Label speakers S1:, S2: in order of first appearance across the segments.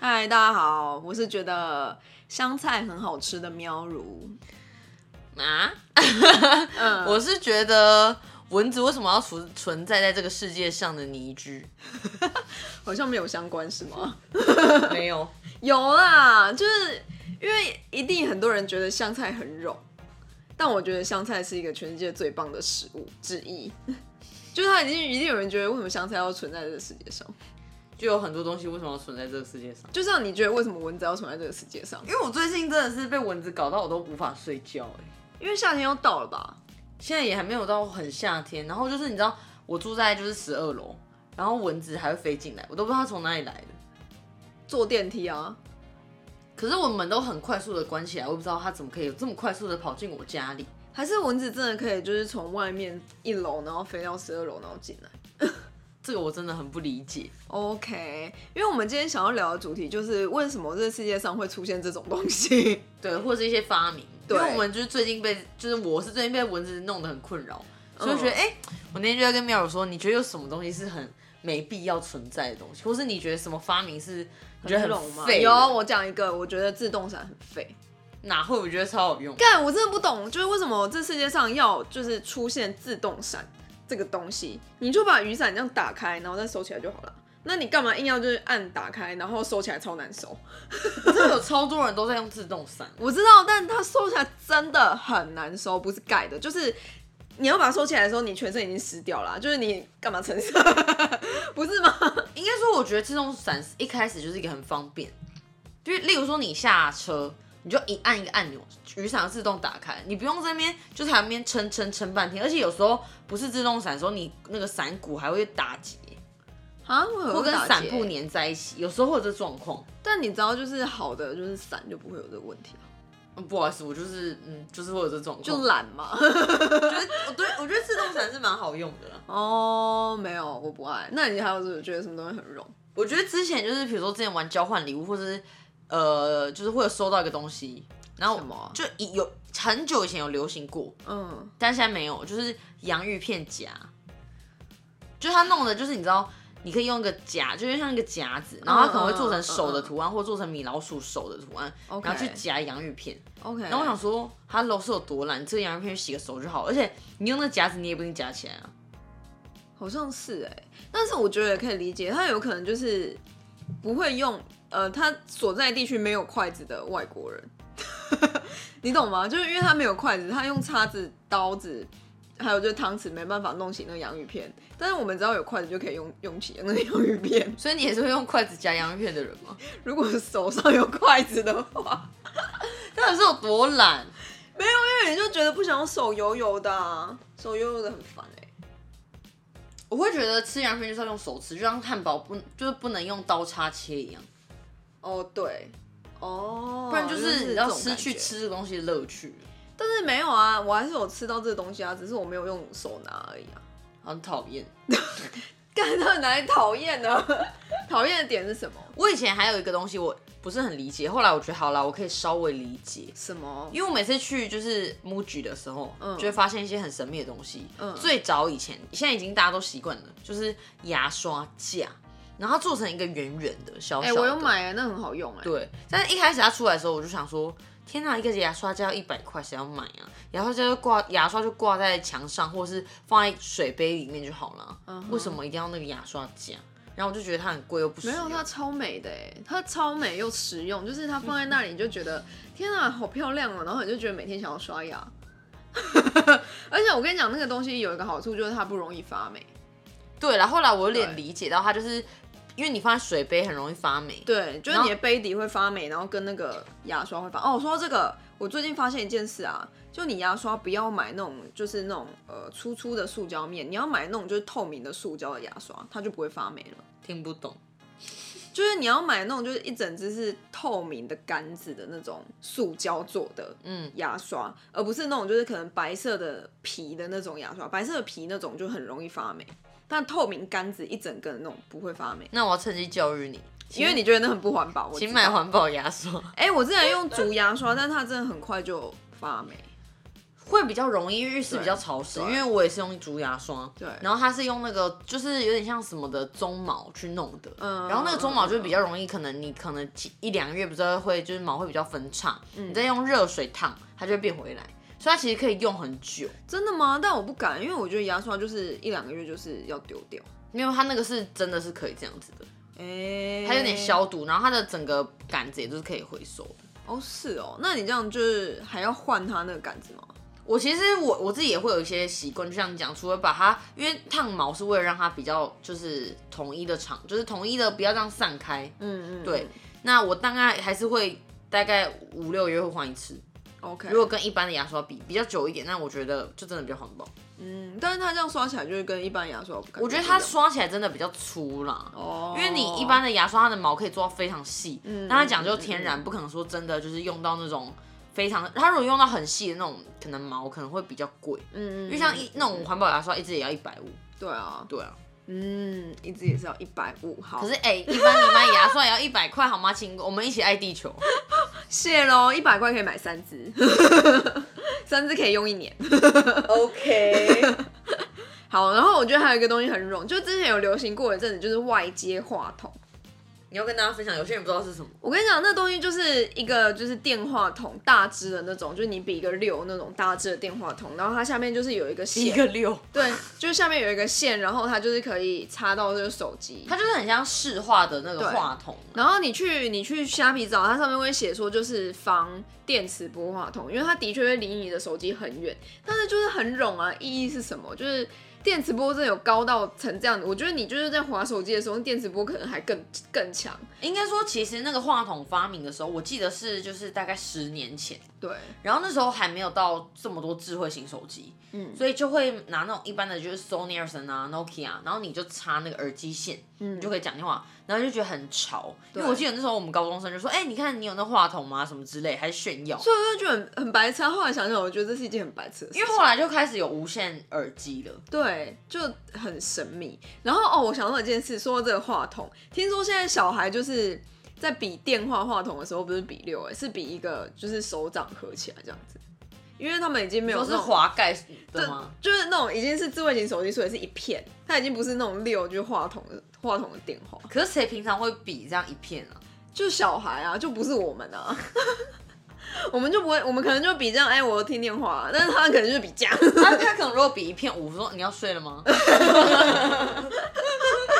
S1: 嗨，大家好，我是觉得香菜很好吃的喵如。
S2: 啊！
S1: 嗯，
S2: 我是觉得蚊子为什么要存存在在这个世界上的泥居？
S1: 好像没有相关是吗？
S2: 没有，
S1: 有啦，就是因为一定很多人觉得香菜很肉，但我觉得香菜是一个全世界最棒的食物之一。 就是它已经一定有人觉得为什么香菜要存在这个世界上，
S2: 就有很多东西为什么要存在这个世界上？
S1: 就像你觉得为什么蚊子要存在这个世界上？
S2: 因为我最近真的是被蚊子搞到我都无法睡觉、欸，
S1: 因为夏天要到了吧？
S2: 现在也还没有到很夏天。然后就是你知道，我住在就是十二楼，然后蚊子还会飞进来，我都不知道它从哪里来的。
S1: 坐电梯啊，
S2: 可是我们都很快速的关起来，我不知道它怎么可以有这么快速的跑进我家里。
S1: 还是蚊子真的可以就是从外面一楼，然后飞到十二楼，然后进来。
S2: 这个我真的很不理解。
S1: OK，因为我们今天想要聊的主题就是为什么这世界上会出现这种东 西。
S2: 对，或是一些发明。因
S1: 对
S2: 为我们就是最近被，就是我是最近被蚊子弄得很困扰，所以我觉得，
S1: 嗯
S2: 哎、我那天就在跟妙友说，你觉得有什么东西是很没必要存在的东西，或是你觉得什么发明是你觉得
S1: 懂吗？
S2: 很废的？
S1: 有，我讲一个，我觉得自动伞很废。
S2: 哪会我觉得超好用？
S1: 干，我真的不懂，就是为什么这世界上要就是出现自动伞这个东西？你就把雨伞这样打开，然后再收起来就好了。那你干嘛硬要就是按打开，然后收起来超难收？
S2: 真的有超多人都在用自动伞，
S1: 我知道，但它收起来真的很难收，不是盖的，就是你要把它收起来的时候，你全身已经湿掉了啊，就是你干嘛撑伞， 不是吗？
S2: 应该说我觉得自动伞一开始就是一个很方便，就是例如说你下车。你就一按一个按钮，雨伞自动打开，你不用在那边就是还在那边撑撑撑半天，而且有时候不是自动伞的时候，你那个伞骨还会打结，
S1: 啊，我有
S2: 或嗯跟
S1: 打
S2: 伞
S1: 结
S2: 布粘在一起，有时候会有这嗯状况。
S1: 但你知道，就是好的就是伞就不会有这个问题啊，
S2: 嗯，不好意思，我就是嗯，就是会有这状况。
S1: 就
S2: 就
S1: 懒嘛。
S2: 我觉得，我对我觉得自动伞是蛮好用的啦。
S1: 哦，没有，我不爱。那你还有就是觉得什么东西很柔？
S2: 我觉得之前就是比如说之前玩交换礼物，或者是呃，就是会有收到一个东西，然后
S1: 什么啊
S2: 就以有很久以前有流行过，
S1: 嗯，
S2: 但现在没有，就是洋芋片夹，就它弄的就是你知道。你可以用一个夹，就是像一个夹子，然后它可能会做成手的图案，或做成米老鼠手的图案
S1: OK
S2: 然后去夹洋芋片。
S1: OK。
S2: 然后我想说，Hello 是有多懒？你这个洋芋片洗个手就好，而且你用那个夹子，你也不一定夹起来啊。
S1: 好像是哎、但是我觉得也可以理解，他有可能就是不会用，呃，他所在地区没有筷子的外国人， 你懂吗？就是因为他没有筷子，他用叉子、刀子，还有就是汤匙，没办法弄起那个洋芋片。但是我们只要有筷子就可以用用起那个洋芋片。
S2: 所以你也是会用筷子夹洋芋片的人吗？
S1: 如果手上有筷子的话，
S2: 到底是有多懒？
S1: 因为你就觉得不想用手油油的、啊，手油油的很烦哎、
S2: 我会觉得吃洋芋片就是要用手吃，就像汉堡不就是不能用刀叉切一样，
S1: 哦，对，哦，
S2: 不然就是你
S1: 这
S2: 要
S1: 种
S2: 失
S1: 感
S2: 去
S1: 觉
S2: 吃这东西的乐趣，
S1: 但是没有啊，我还是有吃到这个东西啊，只是我没有用手拿而已啊。
S2: 很讨厌。
S1: 干到底哪里讨厌呢？ 讨厌的点是什么？
S2: 我以前还有一个东西我不是很理解，后来我觉得好啦，我可以稍微理解。
S1: 什么？
S2: 因为我每次去就是 MUJI 的时候，
S1: 嗯
S2: 就会发现一些很神秘的东西。
S1: 嗯
S2: 最早以前，现在已经大家都习惯了，就是牙刷架，然后它做成一个圆圆的小
S1: 哎、
S2: 小的。
S1: 我有。买、欸，那很好用哎、欸。
S2: 对，但是一开始它出来的时候，我就想说，天哪，一个牙刷架要一百块，谁要买啊？牙刷架就挂，牙刷就挂在墙上，或是放在水杯里面就好了。
S1: 嗯哼
S2: 为什么一定要那个牙刷架？然后我就觉得它很贵又不实
S1: 没
S2: 用。
S1: 有，它超美的哎、它超美又实用，就是它放在那里你就觉得天啊，好漂亮哦、然后你就觉得每天想要刷牙。 而且我跟你讲，那个东西有一个好处就是它不容易发霉。
S2: 对然后后来我有
S1: 对
S2: 点理解到它就是。因为你放在水杯很容易发霉，
S1: 对，就是
S2: 然
S1: 你
S2: 后
S1: 的杯底会发霉，然后跟那个牙刷会发。哦，我说到这个，我最近发现一件事啊，就你牙刷不要买那种就是那种呃粗粗的塑胶面，你要买那种就是透明的塑胶的牙刷，它就不会发霉了。
S2: 听不懂。
S1: 就是你要买那种就是一整只是透明的杆子的那种塑胶做的
S2: 嗯，
S1: 牙刷，而不是那种就是可能白色的皮的那种牙刷，白色的皮那种就很容易发霉，但透明杆子一整根的那种不会发霉，
S2: 那我要趁机教育你，
S1: 因为你觉得那很不环保。我
S2: 请
S1: 知
S2: 买
S1: 道
S2: 环保牙刷。
S1: 哎、我之前用竹牙刷，但它真的很快就发霉。
S2: 会比较容易，因为浴室比较潮湿，因
S1: 对
S2: 为我也是用竹牙刷，
S1: 对
S2: 然后它是用那个就是有点像什么的鬃毛去弄的，
S1: 嗯
S2: 然后那个鬃毛就是比较容易，可能你可能几一两个月不知道会就是毛会比较分叉，你再用热水烫它就会变回来，所以它其实可以用很久，
S1: 真的吗？但我不敢，因为我觉得牙刷就是一两个月就是要丢掉。
S2: 因为它那个是真的是可以这样子的，
S1: 哎、
S2: 它有点消毒，然后它的整个杆子也就是可以回收的。
S1: 哦，是哦。那你这样就是还要换它那个杆子吗？
S2: 我其实我我自己也会有一些习惯，就像你讲，除了把它，因为烫毛是为了让它比较就是统一的长，就是统一的不要这样散开。
S1: 嗯嗯，
S2: 对，那我大概还是会大概五六个月会换一次，
S1: ，OK。
S2: 如果跟一般的牙刷比比较久一点，那我觉得就真的比较环保。
S1: 嗯，但是它这样刷起来就是跟一般牙刷不感觉不一样，
S2: 我觉得它刷起来真的比较粗啦。
S1: 哦，
S2: 因为你一般的牙刷，它的毛可以做到非常细，
S1: 嗯
S2: 但它讲究天然，不可能说真的就是用到那种非常，它如果用到很细的那种，可能毛可能会比较贵，
S1: 嗯，嗯，
S2: 因
S1: 因
S2: 为像一那种环保牙刷一支也要一百五，
S1: 对啊，
S2: 对啊，
S1: 嗯，一支也是要一百五，好，
S2: 可是哎、一般一般牙刷也要一百块，好吗？请我们一起爱地球。
S1: 谢喽，一百块可以买三支，三支可以用一年。
S2: OK，
S1: 好，然后我觉得还有一个东西很冗，就之前有流行过一阵子，就是外接话筒。
S2: 你要跟大家分享，有些人不知道是什么。
S1: 我跟你讲，那东西就是一个就是电话筒大支的那种，就是你比一个六那种大支的电话筒，然后它下面就是有一个
S2: 一
S1: 线，
S2: 个六，
S1: 对，就是下面有一个线，然后它就是可以插到这个手机。
S2: 它就是很像市话的那个话筒啊，
S1: 然后你去你去虾皮找，它上面会写说就是防电磁波话筒，因为它的确会离你的手机很远，但是就是很冗啊，意义是什么？就是电磁波真的有高到成这样，我觉得你就是在划手机的时候，电磁波可能还更更强。
S2: 应该说其实那个话筒发明的时候，我记得是就是大概十年前，
S1: 对，
S2: 然后那时候还没有到这么多智慧型手机，嗯，所以就会拿那种一般的就是 Sony Ericsson 啊、Nokia，然后你就插那个耳机线，你就可以讲电话，然后就觉得很潮。因为我记得那时候我们高中生就说：“哎、你看你有那话筒吗？什么之类，还炫耀。”
S1: 所以我就觉得很很白痴啊。后来想想，我觉得这是一件很白痴的事
S2: 因为
S1: 情。
S2: 后来就开始有无线耳机了，
S1: 对，就很神秘。然后哦，我想到一件事，说到这个话筒，听说现在小孩就是在比电话话筒的时候，不是比六、欸，是比一个就是手掌合起来这样子，因为他们已经没有
S2: 都
S1: 那
S2: 是
S1: 种
S2: 滑盖
S1: 就
S2: 的吗？
S1: 就是那种已经是智慧型手机，所以是一片，它已经不是那种六就是话筒的话筒的电话，
S2: 可是谁平常会比这样一片 啊？
S1: 就小孩啊，就不是我们啊。 我们就不会，我们可能就比这样，哎、我听电话啊，但是他可能就是比这样，
S2: 他他可能如果比一片五，我说你要睡了吗？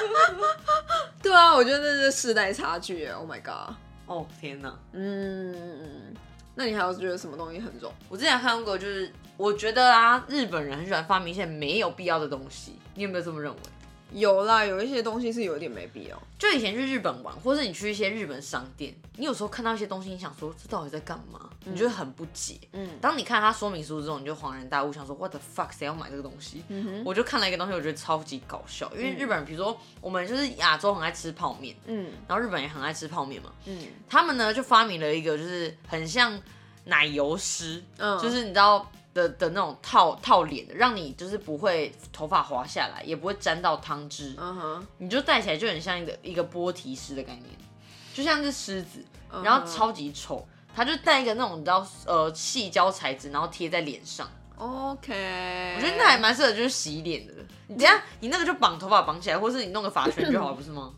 S1: 对啊，我觉得这是世代差距耶，Oh my god。
S2: 哦天哪！
S1: 嗯，那你还有觉得什么东西很重？
S2: 我之前看过，就是我觉得啊，日本人很喜欢发明一些没有必要的东西，你有没有这么认为？
S1: 有啦，有一些东西是有点没必要。
S2: 就以前去日本玩，或是你去一些日本商店，你有时候看到一些东西，你想说这到底在干嘛？你就会很不解。
S1: 嗯
S2: 当你看它说明书之后，你就恍然大悟，想说 What the fuck，谁要买这个东西？
S1: 嗯哼，
S2: 我就看了一个东西，我觉得超级搞笑，因为日本人，比如说我们就是亚洲很爱吃泡面，
S1: 嗯
S2: 然后日本也很爱吃泡面嘛，
S1: 嗯
S2: 他们呢就发明了一个就是很像奶油丝，
S1: 嗯
S2: 就是你知道的的那种套套脸的，让你就是不会头发滑下来，也不会沾到汤汁，
S1: 嗯哼，
S2: 你就戴起来就很像一个一个波提师的概念，就像是狮子，然后超级丑，他就戴一个那种你知道呃细胶材质，然后贴在脸上。
S1: OK。我
S2: 我觉得那
S1: 哎
S2: 还蛮适合就是洗脸的。你这样，你那个就绑头发绑起来，或是你弄个发圈就好了，不是吗？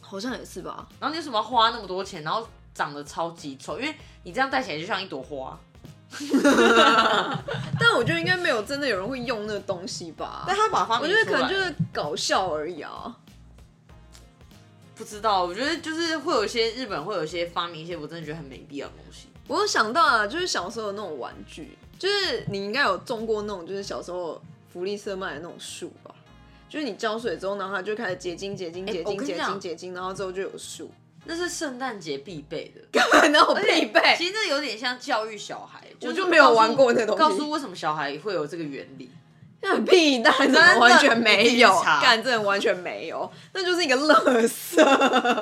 S1: 好像也是吧。
S2: 然后你为什么要花那么多钱，然后长得超级丑？因为你这样戴起来就像一朵花。
S1: 但我觉得应该没有真的有人会用那个东西吧。
S2: 但他把它发
S1: 我
S2: 明
S1: 觉得
S2: 出来
S1: 可能就是搞笑而已啊。
S2: 不知道，我觉得就是会有一些日本会有一些发明一些我真的觉得很没必要的东西。
S1: 我有想到啊，就是小时候的那种玩具，就是你应该有种过那种，就是小时候福利社卖的那种树吧。就是你浇水之后，然后它就开始结晶、结晶、结
S2: 哎我
S1: 晶、
S2: 跟你
S1: 结晶、
S2: 讲
S1: 结晶，然后之后就有树。
S2: 那是圣诞节必备的，
S1: 然后必备。
S2: 其实那有点像教育小孩，
S1: 我
S2: 是
S1: 就没有
S2: 告诉
S1: 玩过那东西
S2: 告诉为什么小孩会有这个原 理。
S1: 那屁蛋，真的
S2: 的
S1: 完全没有
S2: 你自，己查
S1: 干真的完全没有，那就是一个乐色。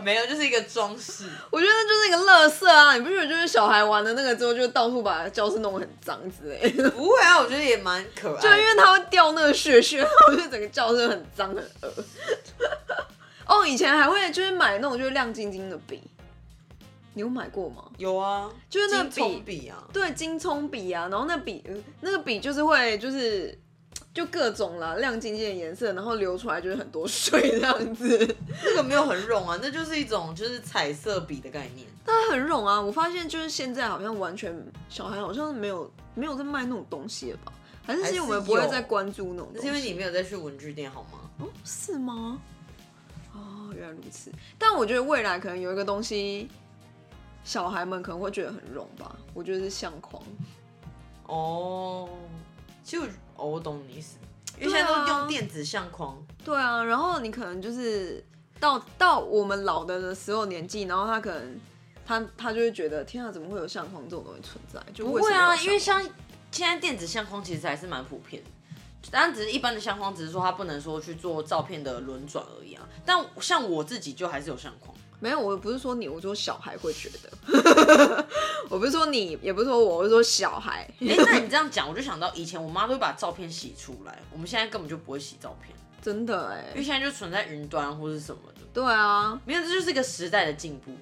S2: 没有，就是一个装饰。
S1: 我觉得那就是一个乐色啊！你不觉得就是小孩玩的那个之后，就到处把教室弄得很脏之类的？
S2: 不会啊，我觉得也蛮可爱的。
S1: 就因为他会掉那个屑屑，然后就整个教室很脏很恶。 哦，以前还会就是买那种就是亮晶晶的笔，你有买过吗？
S2: 有啊，
S1: 就是那
S2: 金葱
S1: 笔
S2: 笔啊，
S1: 对，金葱笔啊，然后那笔、嗯那个笔就是会就是就各种啦，亮晶晶的颜色，然后流出来就是很多 水这样子。
S2: 那个没有很冗啊，那就是一种就是彩色笔的概念。
S1: 但很冗啊，我发现就是现在好像完全小孩好像没有没有在卖那种东西了吧？还是
S2: 还
S1: 是
S2: 是
S1: 我们不会
S2: 有
S1: 再关注那种东
S2: 那
S1: 西？
S2: 是因为你没有再去文具店好吗？
S1: 哦，是吗？哦，原来如此。但我觉得未来可能有一个东西，小孩们可能会觉得很冗吧。我觉得是相框。
S2: 哦，其实我哦，我懂你意思，因为现在都用电子相框，
S1: 对啊，然后你可能就是到到我们老的的时候年纪，然后他可能他他就会觉得，天啊，怎么会有相框这种东西存在？就
S2: 不
S1: 为什
S2: 会
S1: 么要
S2: 啊，
S1: 有
S2: 因为
S1: 相
S2: 像现在电子相框其实还是蛮普遍的。当然，只是一般的相框，只是说它不能说去做照片的轮转而已啊。但像我自己就还是有相 框，
S1: 没有，我不是说你，我说小孩会觉得， 我不是说你，也不是说我，我是说小孩。
S2: 哎、那你这样讲，我就想到以前我妈都会把照片洗出来，我们现在根本就不会洗照片，
S1: 真的哎、
S2: 因为现在就存在云端或是什么的。
S1: 对啊，
S2: 没有，这就是一个时代的进步，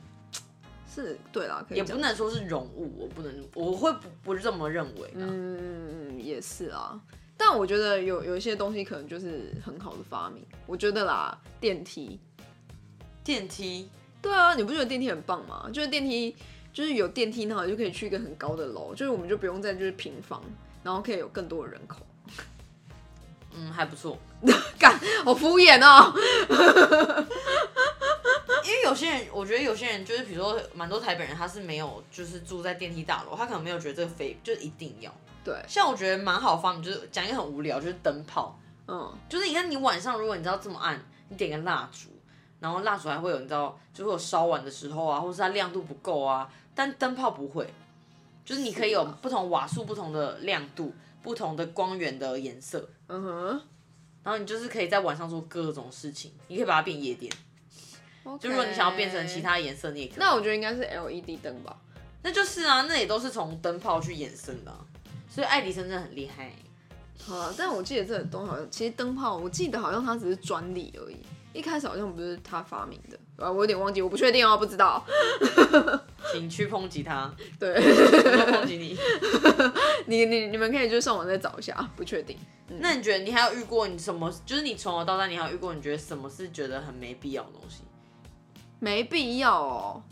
S1: 是对啦，可以
S2: 也
S1: 这
S2: 不
S1: 样
S2: 能说是冗物，我不能，我会不不这么认为啦。
S1: 嗯，也是啊。但我觉得有有一些东西可能就是很好的发明，我觉得啦，电梯。
S2: 电梯，
S1: 对啊，你不觉得电梯很棒吗？就是电梯，就是有电梯，然后你就可以去一个很高的楼，就是我们就不用再就是平房，然后可以有更多的人口。
S2: 嗯，还不错。
S1: 干，好敷衍哦、
S2: 因为有些人，我觉得有些人就是，比如说蛮多台北人，他是没有就是住在电梯大楼，他可能没有觉得这个非就是一定要。
S1: 对，
S2: 像我觉得蛮好的方法，就是讲一个很无聊，就是灯泡，
S1: 嗯，
S2: 就是你看你晚上如果你知道这么暗，你点个蜡烛，然后蜡烛还会有你知道，就是有烧完的时候啊，或是它亮度不够啊，但灯泡不会，就是你可以有
S1: 是啊
S2: 不同瓦数、不同的亮度、不同的光源的颜色，
S1: 嗯哼。
S2: 然后你就是可以在晚上做各种事情，你可以把它变夜店。就如果你想要变成其，他颜色，你也可以。
S1: 那我觉得应该是 LED 灯吧。
S2: 那就是啊，那也都是从灯泡去衍生的啊、所以爱迪生真的很厉害。欸
S1: 好了，但我记得这个东西好像，其实灯泡，我记得好像它只是专利而已，一开始好像不是他发明的，啊，我有点忘记，我不确定哦、不知道。
S2: 请去抨击他，
S1: 对，
S2: 我没有抨击 你。
S1: 你你你们可以就上网再找一下，不确定。
S2: 那你觉得你还有遇过你什么？就是你从小到大，你还有遇过你觉得什么是觉得很没必要的东西？
S1: 没必要哦。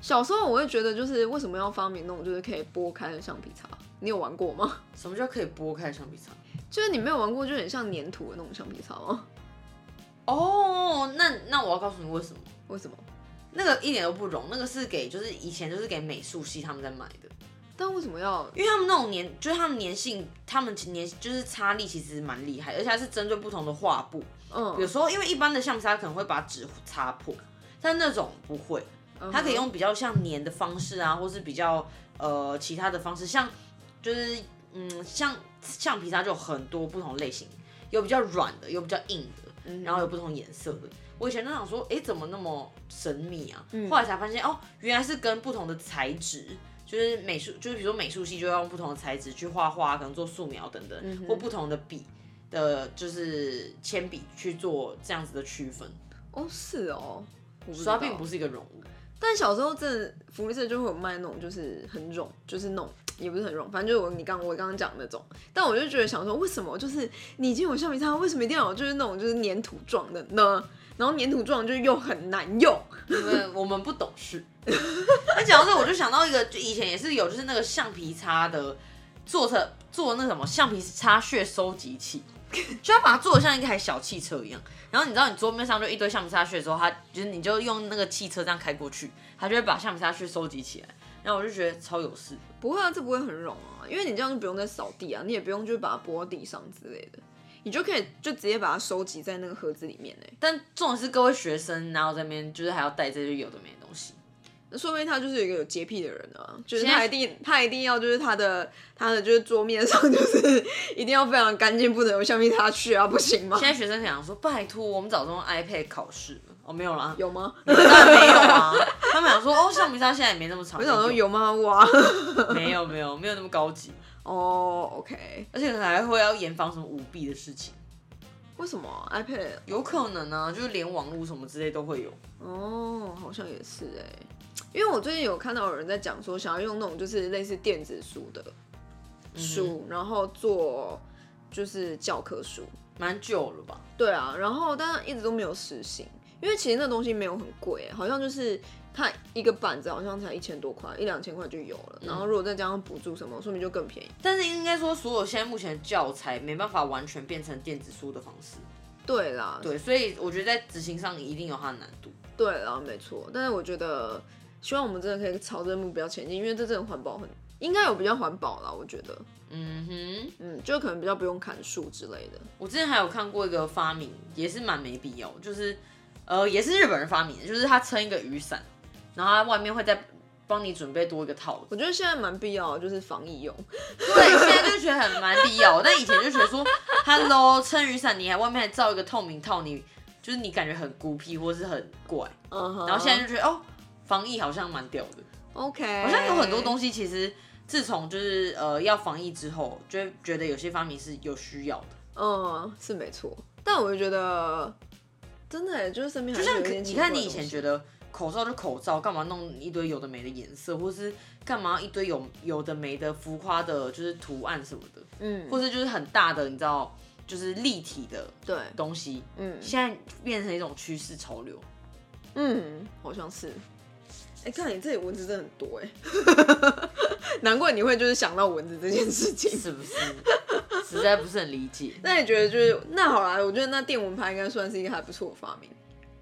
S1: 小时候我会觉得，就是为什么要发明那种就是可以剥开的橡皮擦？你有玩过吗？
S2: 什么叫可以剥开橡皮擦？
S1: 就是你没有玩过，就很像粘土的那种橡皮擦吗？
S2: 哦，那那我要告诉你为什么。
S1: 为什么？
S2: 那个一点都不融，那个是给就是以前就是给美术系他们在买的，
S1: 但为什么要？
S2: 因为他们那种粘就是他们粘性，他们粘就是擦力其实蛮厉害，而且它是针对不同的画布，有
S1: 嗯，
S2: 时候因为一般的橡皮擦可能会把纸擦破，但那种不会，
S1: 嗯
S2: 它可以用比较像粘的方式啊，或是比较呃其他的方式，像就是嗯像橡皮擦就有很多不同类型，有比较软的，有比较硬的，
S1: 嗯
S2: 然后有不同颜色的。我以前都想说，哎、怎么那么神秘啊？
S1: 嗯
S2: 后来才发现哦，原来是跟不同的材质。就是美术，就是比如说美术系就要用不同的材质去画画，可能做素描等等，
S1: 嗯
S2: 或不同的笔的，就是铅笔去做这样子的区分，
S1: 哦，是哦，我不知
S2: 所以
S1: 道。
S2: 它并不是一个融物。
S1: 但小时候真的福利社就会有卖那种，就是很冗，就是那种也不是很冗，反正就是我你刚我刚刚讲的那种。但我就觉得想说，为什么就是你已经有橡皮擦，为什么一定要有就是那种就是粘土状的呢？然后粘土状就又很难用。
S2: 因为我们不懂事。 那讲到这，我就想到一个，就以前也是有，就是那个橡皮擦的，做成做那什么橡皮擦屑收集器，就要把它做的像一台小汽车一样。然后你知道，你桌面上就一堆橡皮擦屑的时候，它就是你就用那个汽车这样开过去，它就会把橡皮擦屑收集起来。然后我就觉得超有事，
S1: 不会啊，这不会很冗啊，因为你这样就不用再扫地啊，你也不用就把它拨到地上之类的，你就可以就直接把它收集在那个盒子里面哎、
S2: 但重点是各位学生，然后在那边就是还要带这些有的没的东西。
S1: 那说明他就是一个有洁癖的人啊，就是
S2: 现
S1: 他
S2: 在
S1: 一定他一定要就是他的他的就是桌面上 就是一定要非常干净，不能有橡皮擦屑啊，不行吗
S2: 现？在学生想说，拜托，我们早中 iPad 考试了，哦没有啦，
S1: 有吗？
S2: 当然没有啊。他们想说，哦，橡皮擦现在也没那么 长，
S1: 我想说有吗？哇，
S2: 没有没有没有那么高级，
S1: 哦，OK，
S2: 而且还会要严防什么舞弊的事情。
S1: 为什么啊 iPad？
S2: 有可能啊，就是连网络什么之类都会有。
S1: 哦，好像也是哎、因为我最近有看到有人在讲说，想要用那种就是类似电子书的
S2: 嗯
S1: 书，然后做就是教科书。
S2: 蛮久了吧？
S1: 对啊，然后但是一直都没有实行，因为其实那东西没有很贵、欸好像就是它一个板子好像才一千多块，一两千块就有了。然
S2: 嗯
S1: 后如果再加上补助什么，说明就更便宜。
S2: 但是应该说，所有现在目前的教材没办法完全变成电子书的方式。
S1: 对啦，
S2: 对，所以我觉得在执行上一定有它的难度。
S1: 对啦，没错。但是我觉得，希望我们真的可以朝这个目标前进，因为这真的环保很，应该有比较环保啦，我觉得。
S2: 嗯哼，
S1: 嗯，就可能比较不用砍树之类的。
S2: 我之前还有看过一个发明，也是蛮没必要，就是呃，也是日本人发明的，就是他撑一个雨伞，然后他外面会再帮你准备多一个套
S1: 我
S2: 子。
S1: 觉得现在蛮必要的，就是防疫用。
S2: 对，现在就觉得很蛮必要，但以前就觉得说，Hello，撑雨伞你还外面还罩一个透明套，你就是你感觉很孤僻或是很怪，
S1: 嗯哼。
S2: 然后现在就觉得哦，防疫好像蛮屌的。
S1: OK，
S2: 好像有很多东
S1: 西。
S2: 西，其实自从就是呃要防疫之后，就会觉得有些发明是有需要的。
S1: 嗯，是没错。但我就觉得，真的耶就是身边
S2: 就
S1: 还是
S2: 像
S1: 有一点
S2: 你
S1: 奇怪
S2: 看，
S1: 的
S2: 你
S1: 东西
S2: 以前觉得口罩就口罩，干嘛弄一堆有的没的颜色，或是干嘛一堆有有的没的浮夸的，就是图案什么的，
S1: 嗯，
S2: 或是就是很大的，你知道，就是立体的
S1: 对，
S2: 东西，
S1: 嗯
S2: 现在变成一种趋势潮流。
S1: 嗯，好像是。哎、看你这里蚊子真的很多哎， 难怪你会就是想到蚊子这件事 情。
S2: 是不是？ 实在不是很理解。
S1: 那你觉得就是那好啦，我觉得那电蚊拍应该算是一个还不错的发明。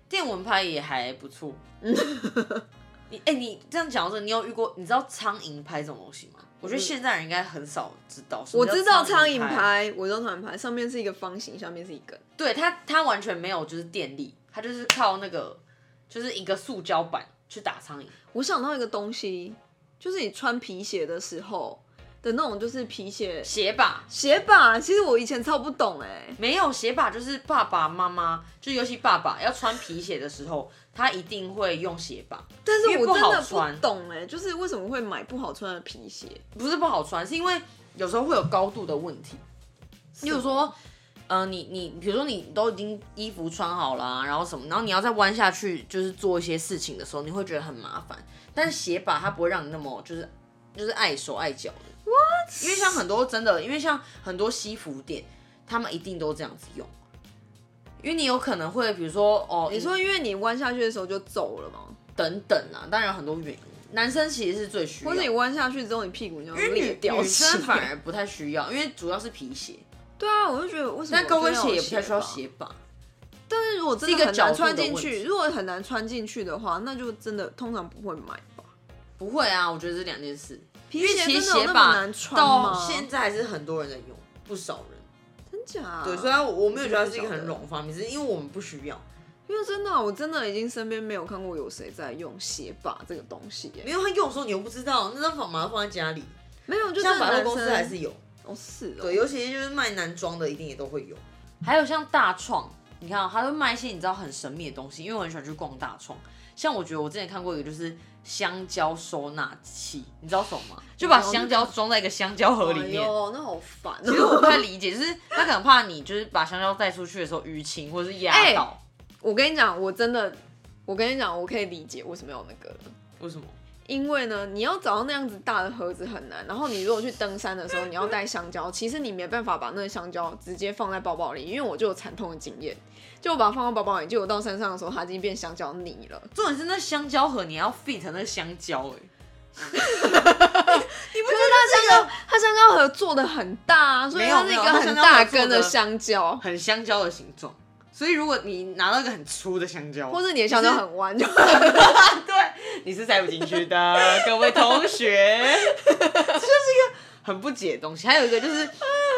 S2: 电蚊拍也还不错。 你哎、你这样讲到这，你有遇过？你知道苍蝇拍这种东西吗？我觉得现在人应该很少知道。什么
S1: 我
S2: 叫
S1: 知道
S2: 苍
S1: 苍蝇
S2: 拍，
S1: 拍，我知道苍蝇拍，上面是一个方形，下面是一根。
S2: 对它它完全没有就是电力，它就是靠那个就是一个塑胶板去打苍蝇。
S1: 我想到一个东西，就是你穿皮鞋的时候的那种，就是皮鞋
S2: 鞋把
S1: 鞋把。其实我以前超不懂哎、
S2: 没有鞋把，就是爸爸妈妈，就尤其爸爸要穿皮鞋的时候，他一定会用鞋把。
S1: 但是
S2: 因为
S1: 我
S2: 不
S1: 真
S2: 好
S1: 的
S2: 穿
S1: 不懂哎、就是为什么会买不好穿的皮鞋？
S2: 不是不好穿，是因为有时候会有高度的问题。例如说，呃，你你比如说你都已经衣服穿好啦、然后什么，然后你要再弯下去，就是做一些事情的时候，你会觉得很麻烦。但是鞋把它不会让你那么就是就是碍手碍脚的。因为像很多真的，因为像很多西服店，他们一定都这样子用。因为你有可能会，比如说哦，
S1: 你说因为你弯下去的时候就走了吗？
S2: 等等啊，当然有很多原因。男生其实是最需要
S1: 或
S2: 的，
S1: 者你弯下去之后你屁股就
S2: 因为
S1: 裂
S2: 女
S1: 掉
S2: 女
S1: 起
S2: 生
S1: 来？
S2: 反而不太需要，因为主要是皮鞋。
S1: 对啊，我就觉得为什么
S2: 但高跟
S1: 我
S2: 鞋
S1: 真的
S2: 也
S1: 有
S2: 不太需要
S1: 吧。
S2: 鞋把，
S1: 但是如果真
S2: 是一
S1: 的
S2: 个
S1: 很
S2: 角
S1: 难
S2: 度
S1: 穿
S2: 的
S1: 进
S2: 问
S1: 去，
S2: 题
S1: 如果很难穿进去的话，那就真的通常不会买吧。
S2: 不会啊，我觉得这两件事。
S1: 皮鞋
S2: 其
S1: 真
S2: 实
S1: 的有那
S2: 鞋
S1: 么
S2: 把
S1: 难穿
S2: 到
S1: 吗？
S2: 现在还是很多人在用，不少人。
S1: 真假、
S2: 对，虽然我我没有觉得它是一个
S1: 我
S2: 很
S1: 不晓得
S2: 冗方面，只是因为我们不需要，
S1: 因为真的啊、我真的已经身边没有看过有谁在用鞋把这个东西耶、
S2: 没有他用的时候你又不知道，那张房马上放在家里，
S1: 没有，就是
S2: 像百货
S1: 男
S2: 公司
S1: 生
S2: 还是有，
S1: 哦是哦，
S2: 对，尤其就是卖男装的，一定也都会有。还有像大创，你看、哦，他会卖一些你知道很神秘的东西，因为我很喜欢去逛大创。像我觉得我之前看过一个就是香蕉收纳器，你知道什么吗？就把香蕉装在一个哦香蕉盒里面
S1: 哎。呦，那好烦、
S2: 其 实我不太理解，就是他可能怕你就是把香蕉带出去的时候淤青或者是压到，
S1: 我跟你讲，我真的，我跟你讲，我可以理解为什么要那个了。
S2: 为什么？
S1: 因为呢，你要找到那样子大的盒子很难。然后你如果去登山的时候，你要带香蕉，其实你没办法把那个香蕉直接放在包包里，因为我就有惨痛的经验，就我把它放到包包里，结果到山 上的时候，它已经变香蕉泥了。
S2: 重点是那香蕉盒你还要 fit 那个香蕉哎、
S1: 它香蕉，它香蕉盒做的很大、啊，所以
S2: 没有
S1: 它是一个
S2: 没有它
S1: 很
S2: 香蕉
S1: 大
S2: 盒做
S1: 根的
S2: 得
S1: 香蕉，
S2: 很香蕉的形状。所以如果你拿到一个很粗的香蕉，
S1: 或者你的香蕉很弯， 就
S2: 对，你是塞不进去 的，各位同学，这是一个很不解的东西。还有一个就是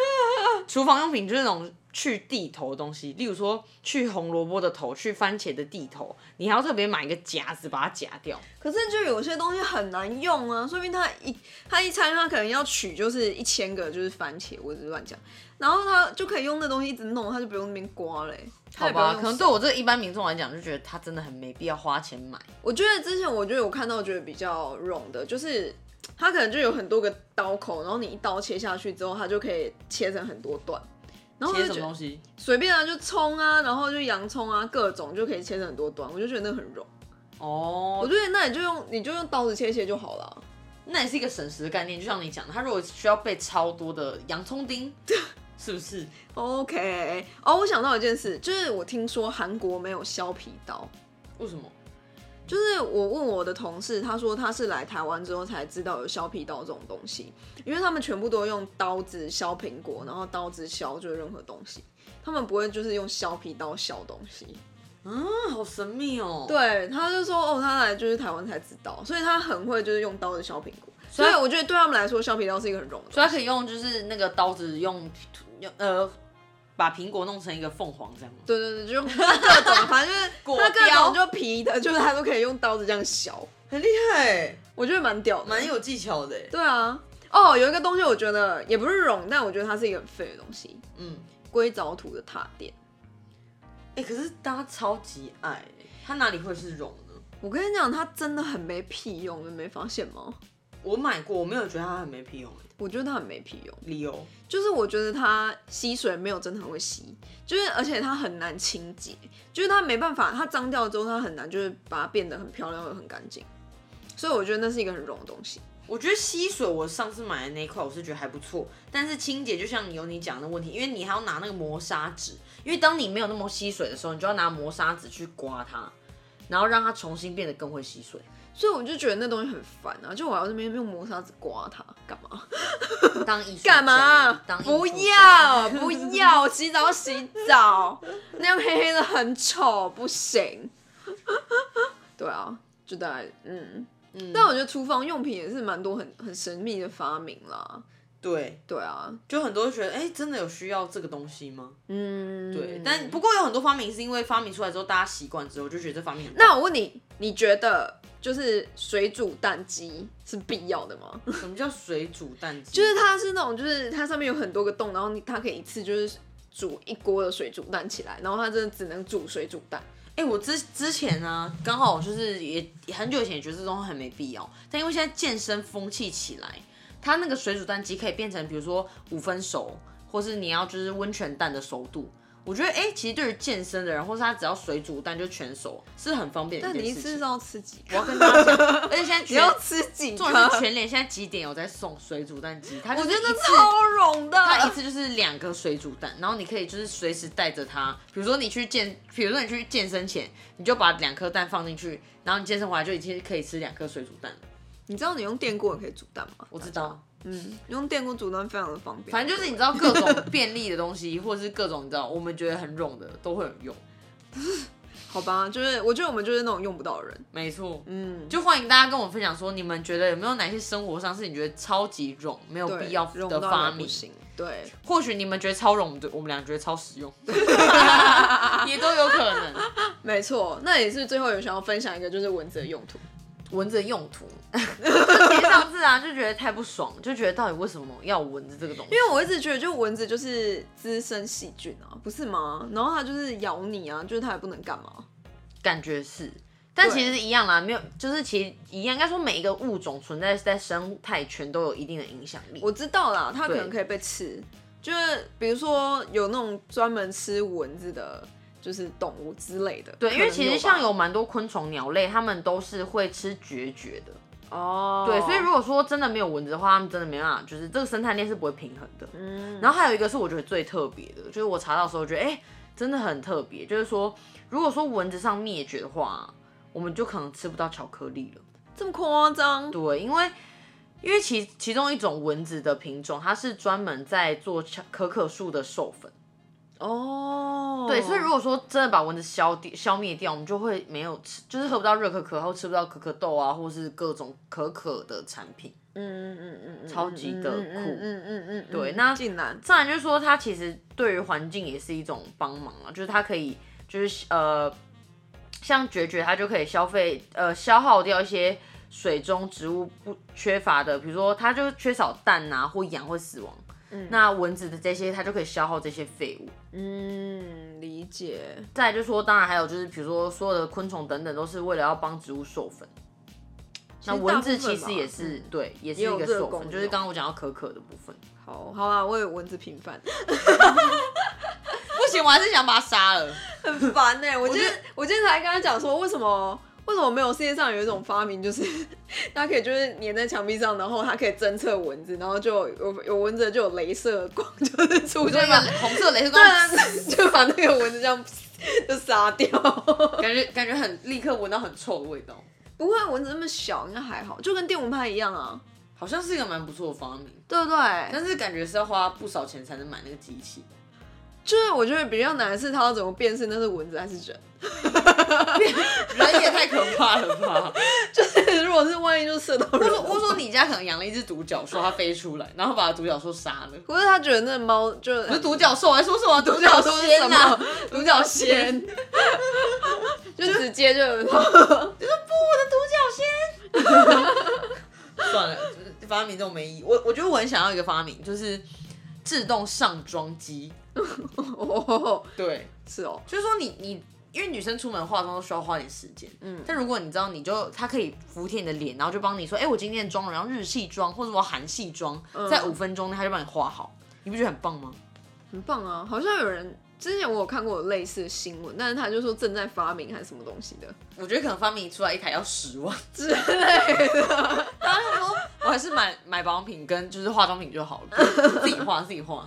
S2: 厨房用品，就是那种去地头的东西，例如说去红萝卜的头，去番茄的地头，你还要特别买一个夹子把它夹掉。
S1: 可是就有些东西很难用啊，说明他一他一餐他可能要取就是一千个就是番茄，我只是乱讲，然后他就可以用那东西一直弄，他就不用那边刮嘞、他
S2: 好
S1: 也不用
S2: 吧，
S1: 用
S2: 可能
S1: 手
S2: 对我这个一般民众来讲，就觉得他真的很没必要花钱买。
S1: 我觉得之前我觉得我看到觉得比较冗的，就是它可能就有很多个刀口，然后你一刀切下去之后，它就可以切成很多段。然后我
S2: 切
S1: 就觉
S2: 什
S1: 得
S2: 么东西？
S1: 随便啊，就葱啊，然后就洋葱啊，各种就可以切成很多段，我就觉得那很柔。我
S2: 哦，
S1: 觉得那你就用你就用刀子切一切就好了。
S2: 那也是一个省时的概念，就像你讲的，它如果需要备超多的洋葱 丁，是不是？
S1: OK，哦，我想到一件事，就是我听说韩国没有削皮刀，
S2: 为什么？
S1: 就是我问我的同事，他说他是来台湾之后才知道有削皮刀这种东西，因为他们全部都用刀子削苹果，然后刀子削就是任何东西，他们不会就是用削皮刀削东西。
S2: 啊，好神秘哦。，
S1: 对，他就说哦，他来就是台湾才知道，所以他很会就是用刀子削苹果，
S2: 所
S1: 所
S2: 以
S1: 以我觉得对他们来说削皮刀是一个很容易。
S2: 所以它可以用就是那个刀子用用呃，把苹果弄成一个凤凰这样吗？
S1: 对对对，就用各种，反正就是
S2: 果
S1: 他各
S2: 雕
S1: 种就皮的，就是他都可以用刀子这样削，
S2: 很厉害，欸
S1: 我觉得蛮屌的，
S2: 有技巧的。欸
S1: 对啊，哦，有一个东西我觉得也不是冗，但我觉得它是一个很废的东西，
S2: 嗯，
S1: 硅藻土的踏垫。
S2: 哎、可是大家超级爱，它哪里会是绒呢？
S1: 我跟你讲，它真的很没屁用，你没发现吗？
S2: 我买过，我没有觉得它很没屁用。
S1: 我觉得它很没屁用，
S2: 理由
S1: 就是我觉得它吸水没有真的很会吸，就是而且它很难清洁，就是它没办法，它脏掉之后它很难就是把它变得很漂亮又很干净，所以我觉得那是一个很冗的东西。
S2: 我觉得吸水，我上次买的那一块我是觉得还不错，但是清洁就像有你讲的问题，因为你还要拿那个磨砂纸，因为当你没有那么吸水的时候，你就要拿磨砂纸去刮它，然后让它重新变得更会吸水。
S1: 所以我就觉得那东西很烦啊！就我要这边用磨砂纸刮它干嘛？
S2: 当艺术家
S1: 干嘛？
S2: 当艺术
S1: 不
S2: 家
S1: 要不要，洗澡洗澡， 那样黑黑的很丑，不行。对啊，就大概嗯，
S2: 嗯，
S1: 但我觉得厨房用品也是蛮多很很神秘的发明啦。
S2: 对，
S1: 对啊，
S2: 就很多人觉得，哎、真的有需要这个东西吗？
S1: 嗯，
S2: 对，但不过有很多发明是因为发明出来之后，大家习惯之后就觉得这方面很
S1: 那我问你，你觉得就是水煮蛋机是必要的 吗？
S2: 什么叫水煮蛋鸡？
S1: 就是它是那种，就是它上面有很多个洞，然后你它可以一次就是煮一锅的水煮蛋起来，然后它真的只能煮水煮蛋。
S2: 哎、我之之前呢、刚好就是也很久以前也觉得这东西很没必要，但因为现在健身风气起来，它那个水煮蛋鸡可以变成比如说五分熟，或是你要就是温泉蛋的熟度。我觉得哎、其实对于健身的人，或是他只要水煮蛋就全熟，是很方便的
S1: 但你
S2: 一
S1: 一
S2: 件
S1: 次
S2: 事
S1: 是要吃
S2: 情。
S1: 几个
S2: 我？要跟大家讲， 而且现在
S1: 你
S2: 全
S1: 要吃几
S2: 重点是
S1: 颗？
S2: 全脸现在几点有在送水煮蛋鸡？它就
S1: 我
S2: 是
S1: 觉
S2: 一
S1: 得
S2: 次
S1: 超冗
S2: 它一
S1: 的。
S2: 次就是两个水煮蛋，然后你可以就是随时带着它，比如说你去健，比如说你去健身前，你就把两颗蛋放进去，然后你健身回来就已经可以吃两颗水煮蛋了。
S1: 你知道你用电锅也可以煮蛋吗？
S2: 我知道，
S1: 嗯，用电锅煮蛋非常的方便。
S2: 反正就是你知道各种便利的东西，或者是各种你知道我们觉得很冗的都会有用。
S1: 好吧，就是我觉得我们就是那种用不到的人。
S2: 没错，
S1: 嗯，
S2: 就欢迎大家跟我分享说，你们觉得有没有哪些生活上是你觉得超级冗、没有
S1: 对，
S2: 必要
S1: 用
S2: 的
S1: 到
S2: 发
S1: 也
S2: 明
S1: 不？行。对，
S2: 或许你们觉得超冗，我们就我们俩觉得超实 用，也都有可能。
S1: 没错，那也是最后有想要分享一个就是蚊子的用途。
S2: 蚊子的用 途。其实上次啊，就觉得太不爽，就觉得到底为什么要蚊子这个东西
S1: 因？为我一直觉得，就蚊子就是滋生细菌啊，不是吗？然后它就是咬你啊，就是它也不能干嘛。
S2: 感觉是，但
S1: 对
S2: 其实一样啦，没有，就是其实一样，应该说每一个物种存在在生态圈都有一定的影响力。
S1: 我知道啦，它可
S2: 对
S1: 能可以被吃，就是比如说有那种专门吃蚊子的，就是动物之类的。
S2: 对，因为
S1: 可能
S2: 其实像
S1: 吧
S2: 有蛮多昆虫、鸟类，它们都是会吃孑孓的。
S1: 哦，
S2: 对，所以如果说真的没有蚊子的话，它们真的没办法，就是这个生态链是不会平衡的。
S1: 嗯
S2: 然后还有一个是我觉得最特别的，就是我查到的时候觉得，哎、真的很特别。就是说，如果说蚊子上灭绝的话，我们就可能吃不到巧克力了。
S1: 这么夸张，
S2: 对，因为因为其其中一种蚊子的品种，它是专门在做巧可可树的授粉。
S1: 哦，
S2: 对，所以如果说真的把蚊子消掉、消灭掉，我们就会没有吃，就是喝不到热可可，然后吃不到可可豆啊，或是各种可可的产品。
S1: 嗯嗯嗯嗯嗯，
S2: 超级的
S1: 嗯嗯
S2: 酷
S1: 嗯嗯嗯，嗯
S2: 对那
S1: 竟然
S2: 自然就是说，它其实对于环境也是一种帮忙啊，就是它可以就是呃，像决绝它就可以消费呃消耗掉一些水中植物不缺乏的，比如说它就缺少氮啊或氧会死亡。
S1: 嗯
S2: 那蚊子的这些，它就可以消耗这些废物。
S1: 嗯理解，
S2: 再来就是说，当然还有就是，比如说所有的昆虫等等，都是为了要帮植物授粉。那
S1: 实大
S2: 蚊子
S1: 部分
S2: 其实
S1: 吧
S2: 也是、
S1: 嗯
S2: 对，也是
S1: 也
S2: 一
S1: 有
S2: 个
S1: 这个
S2: 授
S1: 功
S2: 粉，
S1: 用
S2: 就是刚刚我讲到可可的部分。
S1: 好好啊，我有蚊子平凡，
S2: 情，我还是想把他杀了。
S1: 很烦呢、我今
S2: 觉
S1: 天我今天才跟他讲说，为什么为什么没有世界上有一种发明，就是 它可以就是粘在墙壁上，然后它可以侦测蚊子，然后就有有蚊子就有镭射光，就是出
S2: 我
S1: 去
S2: 就把
S1: 把
S2: 红色雷
S1: 对
S2: 射光，
S1: 啊，就把那个蚊子这样 就杀掉。
S2: 啊感觉感觉很立刻闻到很臭的味道，
S1: 不会，蚊子那么小，应该还好，就跟电蚊拍一样啊，
S2: 好像是一个蛮不错的发明，
S1: 对不对？
S2: 但是感觉是要花不少钱才能买那个机器。
S1: 就是我觉得比较难的是它要怎么辨识那是蚊子还是人。
S2: 人也太可怕了吧！
S1: 就是如果是万一就射到
S2: 我
S1: 人
S2: 说，我说你家可能养了一只独角兽，它飞出来，然后把独角兽杀了。
S1: 可是他觉得那猫就
S2: 不是独角兽，我还说什么独角
S1: 角
S2: 仙呐、啊？
S1: 独角仙，就直接就
S2: 算了，就是发明这种没意义。我我觉得我很想要一个发明，就是自动上妆机。
S1: 哦，
S2: 对，
S1: 是哦，
S2: 就是说你你。因为女生出门化妆都需要花点时间，嗯
S1: 嗯，
S2: 但如果你知道，你就它可以服帖你的脸，然后就帮你说，哎、我今天的妆容，然后日系妆或者我韩系妆，在五分钟内它就帮你画好，你不觉得很棒吗？
S1: 很棒啊！好像有人之前我有看过有类似的新闻，但是他就说正在发明还是什么东西的
S2: 我觉得可能发明出来一台要十 万，
S1: 之类的，
S2: 我还是买买保养品跟就是化妆品就好了，自己画自己画。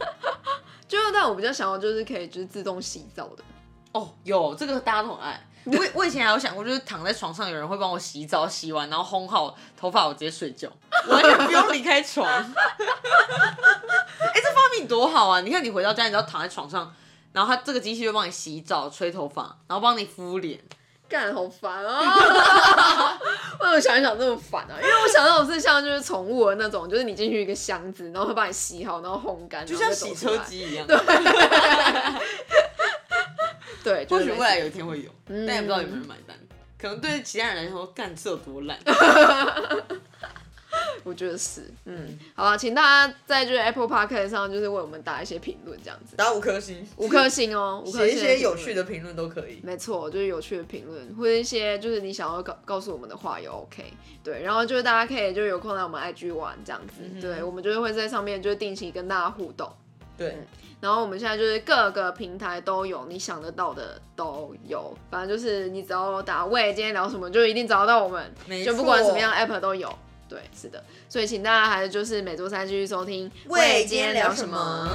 S1: 就是但我比较想要就是可以就是自动洗澡的，
S2: 哦，有这个大家都很爱。我我以前还有想过，就是躺在床上，有人会帮我洗澡，洗完然后烘好头发，我直接睡觉，完全不用离开床。 哎、这发明多好啊！你看你回到家，你只要躺在床上，然后它这个机器就帮你洗澡、吹头发，然后帮你敷脸。
S1: 干好烦啊！ 为什么想一想这么烦啊？因为我想到我是像就是宠物的那种，就是你进去一个箱子，然后会把你洗好，然后烘干，
S2: 就
S1: 然
S2: 像
S1: 后再
S2: 洗
S1: 走出
S2: 车
S1: 来，
S2: 机一样。
S1: 对，就
S2: 或
S1: 是
S2: 许
S1: 类
S2: 未
S1: 似
S2: 来有一天会有，但也不知道有没有人买单。可能对其他人来说，干这有多烂。
S1: 我觉得是，嗯，好啊，请大家在就是 Apple Podcast 上就是为我们打一些评论，这样子，
S2: 打五颗星，
S1: 五颗星哦，五颗
S2: 写
S1: 星，
S2: 一些有趣，的评论都可以。
S1: 没错，就是有趣的评论，或者一些就是你想要告告诉我们的话也 OK，对，然后就是大家可以就是有空来我们 IG 玩这样子，
S2: 嗯
S1: 对我们就是会在上面就是定期跟大家互动，
S2: 对，
S1: 然后我们现在就是各个平台都有，你想得到的都有，反正就是你只要打喂今天聊什么，就一定找得到我们
S2: 没，
S1: 就不管
S2: 错
S1: 什么样的 app 都有。对，是的，所以请大家还是就是每周三继续收听
S2: 喂今天聊什么。